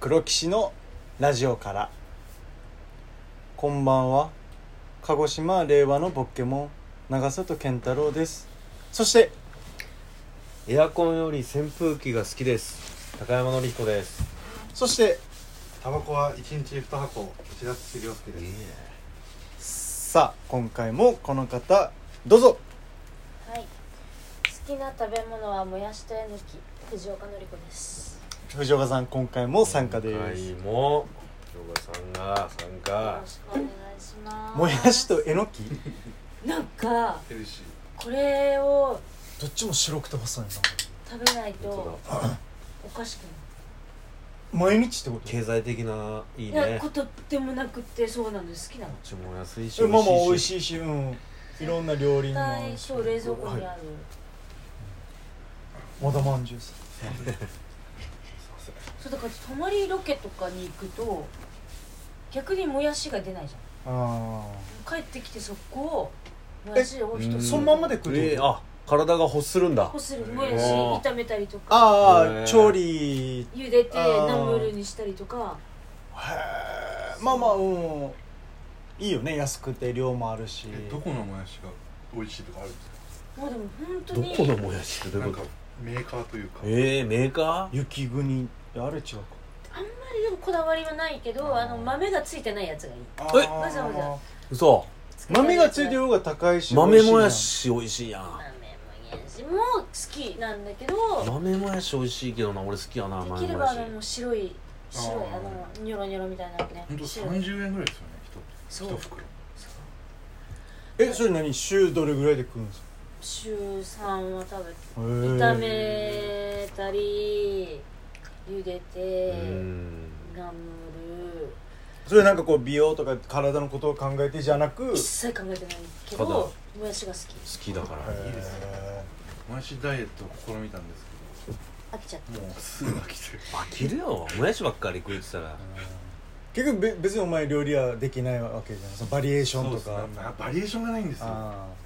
黒騎士のラジオからこんばんは鹿児島令和のポケモン長里健太郎ですそしてエアコンより扇風機が好きです高山紀彦ですそしてタバコは一日二箱石田土涼介です、さあ今回もこの方どうぞはい。好きな食べ物はもやしとえのき、藤岡典子です。藤岡さん今回も参加です今回も京子さんが参よ加ろしくお願いします。もやし。とえのきなんか、ヘルシこれを どっちも白くて細いな食べない本と、おかしく毎日ってこ経済的ないいなる。いや、ねことでもなくて、そうなんです。好きなの。うちも安いしとまあまあ美味いしいしうんいろんな料理に絶も合う対、しそう、冷蔵庫にはいある。和田まんじゅうさんそう、だから、泊まりロケとかに行くと。逆にもやしが出ないじあゃん。帰ってきて、そこを。もやしを一うつ。そのまんまで食うってことえーあ体が欲するんだこする、もやし、炒めたりとあか。あへーー調理へ茹でて、あーナムルにしたりとか。えまあまあうんいいよね安くて量もあるしーえどこのもやしが美味しいとかあるんですかもうでも本当どにこのもやしってどうないんうこかとメーカーというかえー、メーカー雪国あれ違うかあんまりでもこだわりはないけどあの豆がついてないやつがいいあえーわざわざ嘘豆がついてる方が高いし豆もやし美味しいやん豆もやしも好きなんだけど豆もやし美味しいけどな俺好きやなでき豆れもやばあしの白い白いあーあのニョロニョロみたいなのね本当白い三十円ぐらいですよね一そう一袋そう美味しいなえそれ何週どれぐらいで食うんですか週3は食べてへー炒めたり茹でうてんナムルそれなんかこう美容とか体のことを考えてじゃなく一切考えてないけただどもやしが好き好きだからいいですねへもやしダイエットを試みたんです飽きちゃったけどもうすぐ飽きてる飽きるよもやしばっかり食えてたらー結局べ別にお前料理はできないわけじゃないそのバリエーションとそうかですねまあバリエーションがないんですよあー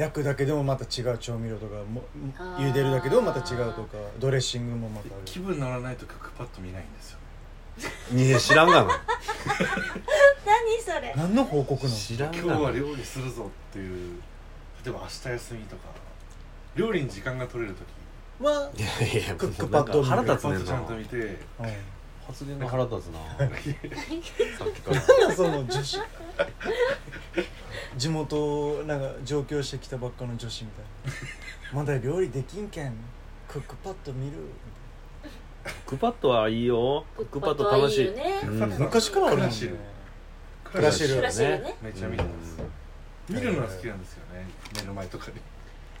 焼くだけでもまた違う調味料とかもあー茹でるだけでもまた違うとかドレッシングもまたある気分乗らないと曲パッと見ないんですよいや知らんがな何それ何の報告なの知らん今が日はな料理するぞっていう例えば明日休みとか料理に時間が取れる時はいやいやクックパッドもうなんか腹立つねパッんとちゃんとな見てうん発言が腹立つ なさっきから何だその女 子地元なんか上京してきたばっかの女子みたいなまだ料理できんけんクックパッド見るクックパッドはいいよクックパッド楽しいクックパッドはいいよねうん昔からあるもんクラシルクラシルクラシルねめっちゃ見てます見るのは好きなんですよね目の前とか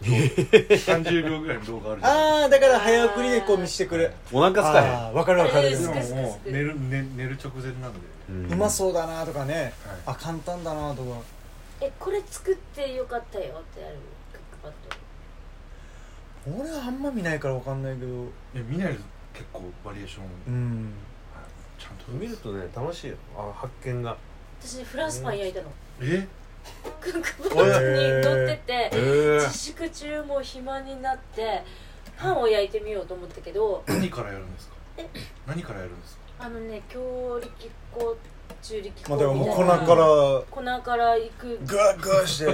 で30秒ぐらいの動画あるじゃああだから早送りでこう見してくれお腹すかあーわかるわかるえーすなかいすですかでももう寝る寝寝る直前なんでへんうまうそうだなとかねはいあ簡単だなとかえこれ作ってよかったよってあるクックパッド俺はあんま見ないからわかんないけどいや見ないです結構バリエーションうんはいちゃんと見るとね楽しいよあ発見が私フランスパン焼いたのえクックパッドに乗っててえ自粛中も暇になってパンを焼いてみようと思ったけど何からやるんですか何からやるんですかあのね強力粉中力ま粉あみだたからいもうな粉から粉からいくグワグワ してジ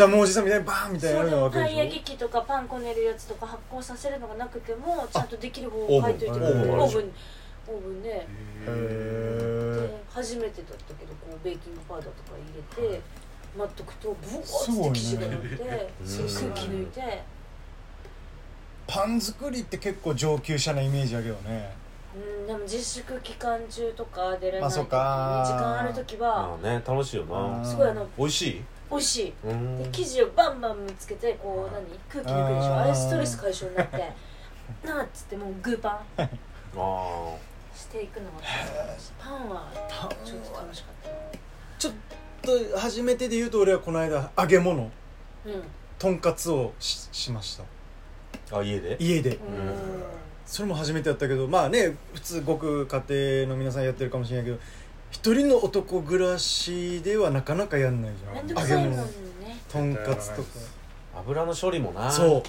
ャムおじさんみたいにバーンみたいになそうるでのもわけパでン焼しき器とかパンこねるやつとか発酵させるのがなくてもちゃんとできる方オーをブン書いといてくれてオーブンオーブンオーブンでょえへで初めてだったけどこうベーキングパウダーとか入れて待っとくとブワすごいーねって生地が乗ってすごい空気抜いてパン作りって結構上級者なイメージだけどねうんでも自粛期間中とか出れないあ時そっに時か間ある時はまあね楽しいよなあすごいあの美味しい美味しいうでん生地をバンバン見つけてこう何空気抜くでしょあーあれストレス解消になってなあっつってもうグーパンあしていくのがパンはちょっと楽しかったなちょっと初めてで言うと俺はこの間揚げ物うんとんかつをししましたーあ家で家でうんそれも初めてやったけどまあね普通ごく家庭の皆さんやってるかもしれないけど一人の男暮らしではなかなかやんないじゃんめんどくさいもんねとんかつとか油の処理もなそううん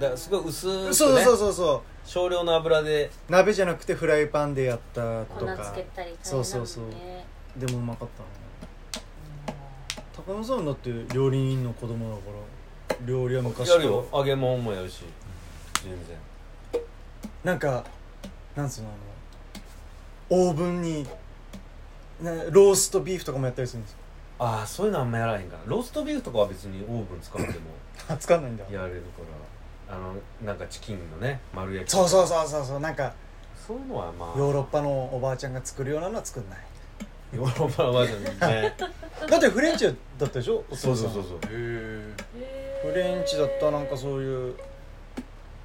だからすごい薄く、ね、そうそうそうそう少量の油で鍋じゃなくてフライパンでやった粉とかつけたり大変だもんねそうそうそうでもうまかったな高野さんだって料理人の子供だから料理は昔やるよ揚げ物もやるし全然なんかなんつうのあのオーブンになローストビーフとかもやったりするんですよ ああそういうのあんまやらへんからローストビーフとかは別にオーブン使ってもあつかんないんだやれるからあのなんかチキンのね丸焼きそうそううそうそうそうなんかそういうのはまあヨーロッパのおばあちゃんが作るようなのは作んないヨーロッパはまだ ねだってフレンチだったでしょお父さそんうそうそうそうえフレンチだったらなんかそういう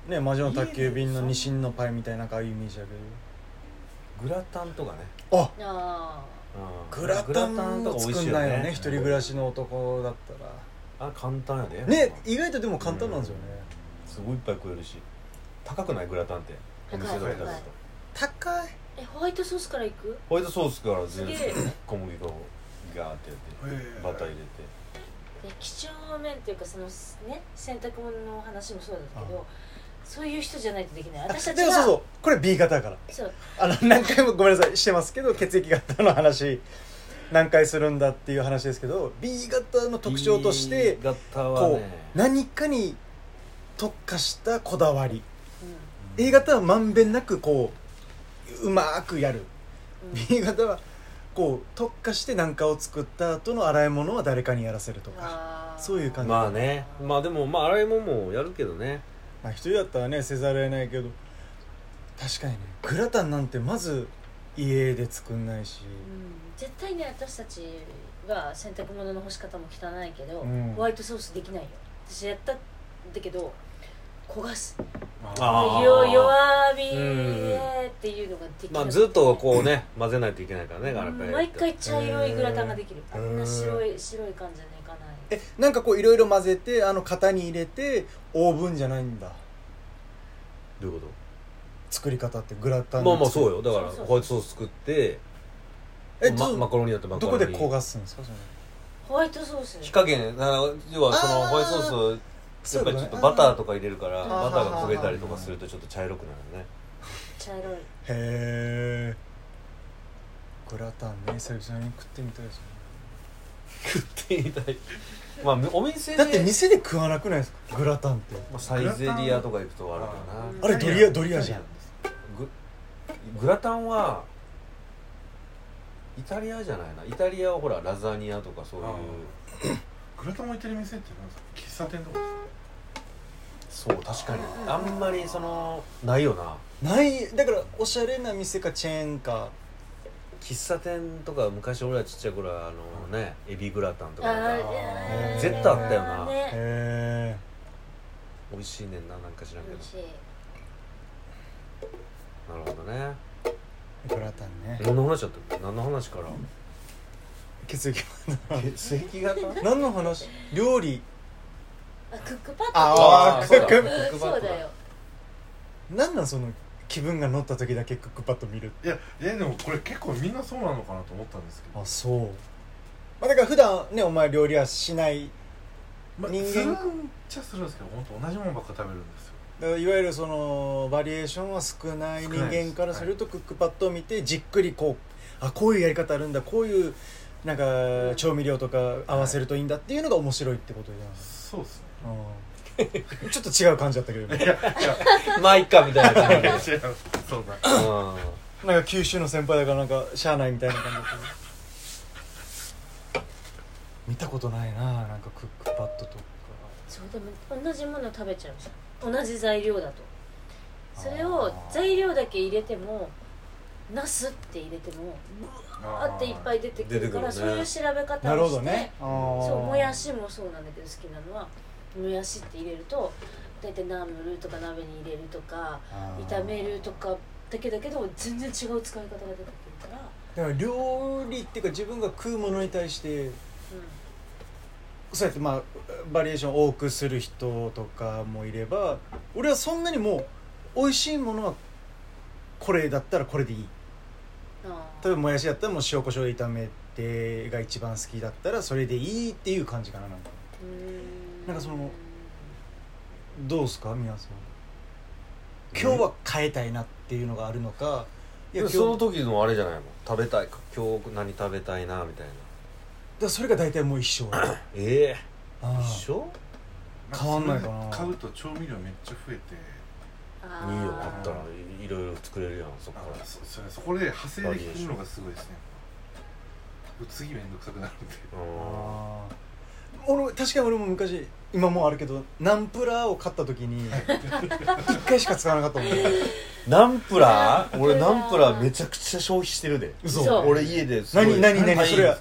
ね魔女の宅急便のいいねニシンのパイみたいななんかああいうイメージだけグラタンとかね、どああうんグラタングラもとか美作味んしよないよね一人暮らしの男だったらあ簡単やでね意外とでも簡単なんですよねすごいいっぱい食えるし高くないグラタンって高いお店で食べる高いと高いえホワイトソースからいくホワイトソースから全すげえ然小麦粉をガーってやってーバター入れてで几帳面っていうかそのね洗濯物の話もそうだけどそういう人じゃないとできない私たちではもそうそうこれ B 型だからそうあの何回もごめんなさいしてますけど血液型の話何回するんだっていう話ですけど B 型の特徴として B 型はこねう何かに特化したこだわりう A 型はまんべんなくこううまくやるんうん B 型はこう特化して何かを作った後の洗い物は誰かにやらせるとかあーそういう感じまあねまあでもまあ洗い物もやるけどねまあ一人だったらねせざるを得ないけど確かにねグラタンなんてまず家で作んないしうん絶対ね私たちは洗濯物の干し方も汚いけど、うんホワイトソースできないよ私やったんだけど焦がすあーよ弱火うんでっていうのができまなあくてずっとこうね混ぜないといけないからねガラパエ毎回茶色いグラタンができるへあーんな白い白い感じでいかないえなんかこういろいろ混ぜてあの型に入れてオーブンじゃないんだどういうこ作り方ってグラタとンまあまあそうよだからそうそうホワイトソース作ってえまどマコロニだってマコどロこニで焦がすんですかそのホワイトソース火加減あ要はそのあーホワイトソースやっぱりちょっとバターとか入れるからあバーターが焦げたりとかするとちょっと茶色くなるね茶色いへえグラタンね久々に食ってみたいですね食ってみたいまあお店でだって店で食わなくないですかグラタンってまあサイゼリアとか行くとあるグあれかなドリアドリアじゃんググラタンはイタリアじゃないなイタリアはほらラザニアとかそういうあーグラタン置いてる店って何ですか喫茶店とかですそかう確かにあんまりそのないよなないだからおしゃれな店かチェーンか喫茶店とか昔俺らちっちゃい頃はあのねエビグラタンとかなんかー絶対あったよなねへえ美味しいねんななんか知らんけ美ど味しいなるほどねグラタンね何の話だったっけ何の話から血液型血液型何の話料理あクックパッドあーそうだクックックパッドそだうだよなんなんその気分が乗った時だけクックパッド見るいやいやでもこれ結構みんなそうなのかなと思ったんですけどあそう、まあ、だから普段ねお前料理はしないまあ人間するんちゃするんですけど本当同じものばっか食べるんですよだからいわゆるそのバリエーションは少ない少人ないです間からするとクックパッドを見てじっくりこうあこういうやり方あるんだこういうなんか調味料とか合わせるといいんだっていうのが面白いってことじ そうですねゃん、うん ちょっと違う感じだったけどねいやいや まあいっかみたいな感じいでや違うそんなうんなんか九州の先輩だからなんかしゃあないみたいな感じだったけど見たことないななんかクックパッドとかそうでも同じもの食べちゃうじゃん同じ材料だとそれあをー材料だけ入れてもナスって入れてもあっていっぱい出てくるから出てくそうるねいう調べ方なるをほして、どねあーそうもやしもそうなんだけど好きなのはもやしって入れると大体ナムルとか鍋に入れるとかあー炒めるとかだけだけど全然違う使い方が出てくるかだら、から料理っていうか自分が食うものに対してそうやってまあバリエーションを多くする人とかもいれば俺はそんなにもう美味しいものはこれだったらこれでいいうんあー例えばもやしだったらもう塩コショウで炒めてが一番好きだったらそれでいいっていう感じかななんかうーんなんかそのどうですか皆さん今日は変えたいなっていうのがあるのかいや今日そのだか時のあれじゃないの食べたいか今日何食べたいなみたいならそれが大体もう 一緒あええあ一緒変わんないかな買うと調味料めっちゃ増えてあいいよ買ーったらいいろいろ作れるやんそっかあらそそれそこで派生できるのがすごいですね次めんどくさくなるんでうんあー俺確かに俺も昔今もうあるけどナンプラーを買った時 に一回しか使わなかったもんナンプラーナンプラ俺ーナンプラーめちゃくちゃ消費してるで嘘嘘俺家ですごい何何何タイそれは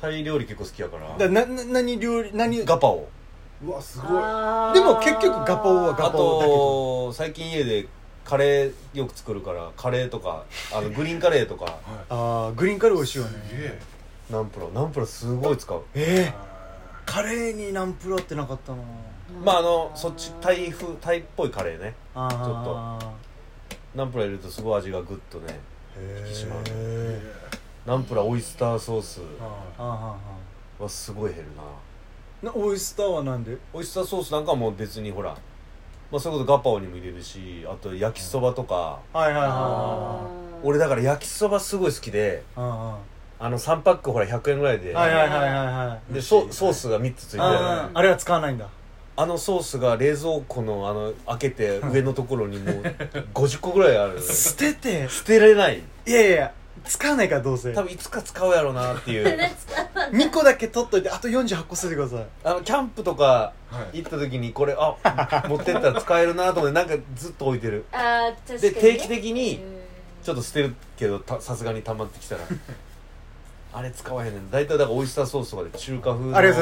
タイ料理結構好きやからだなな何料理何ガパオうわすごいあーでも結局ガパオはガあパオだけどと最近家でカレーよく作るからカレーとかあのグリーンカレーとかああグリーンカレー美味しいよねすげえナンプラーナンプラーすごい使うえー、あカレーにナンプラーってなかったなまああのそっちタイ風タイっぽいカレーねああちナンプラー入れるとすごい味がグッとね引き締まるるーナンプラーオイスターソースあーあははすごい減るなーはーなオイスターはなんでオイスターソースなんかはもう別にほらまあそれこそガパオにも入れるしあと焼きそばとか、はいはいはいあはー俺だから焼きそばすごい好きでいはあの3パックほら100円ぐらいで、いはいはいはいはいはいはいでソソースが3つついてるあーあれは使わないんだあのソースが冷蔵庫のあの開けて上のところにもう50 個ぐらいある捨捨てててれないいやいやいや使わないからどうせ多分いつか使うやろうなっていう 2個だけ取っといてあと48個捨ててくださいあのキャンプとかはい行った時にこれあ持ってったら使えるなと思ってなんかずっと置いてるあー確かにねで定期的にうんちょっと捨てるけどたさすがに溜まってきたらあれ使わへんねん大体だからオイスターソースとかで中華風のありがとうございます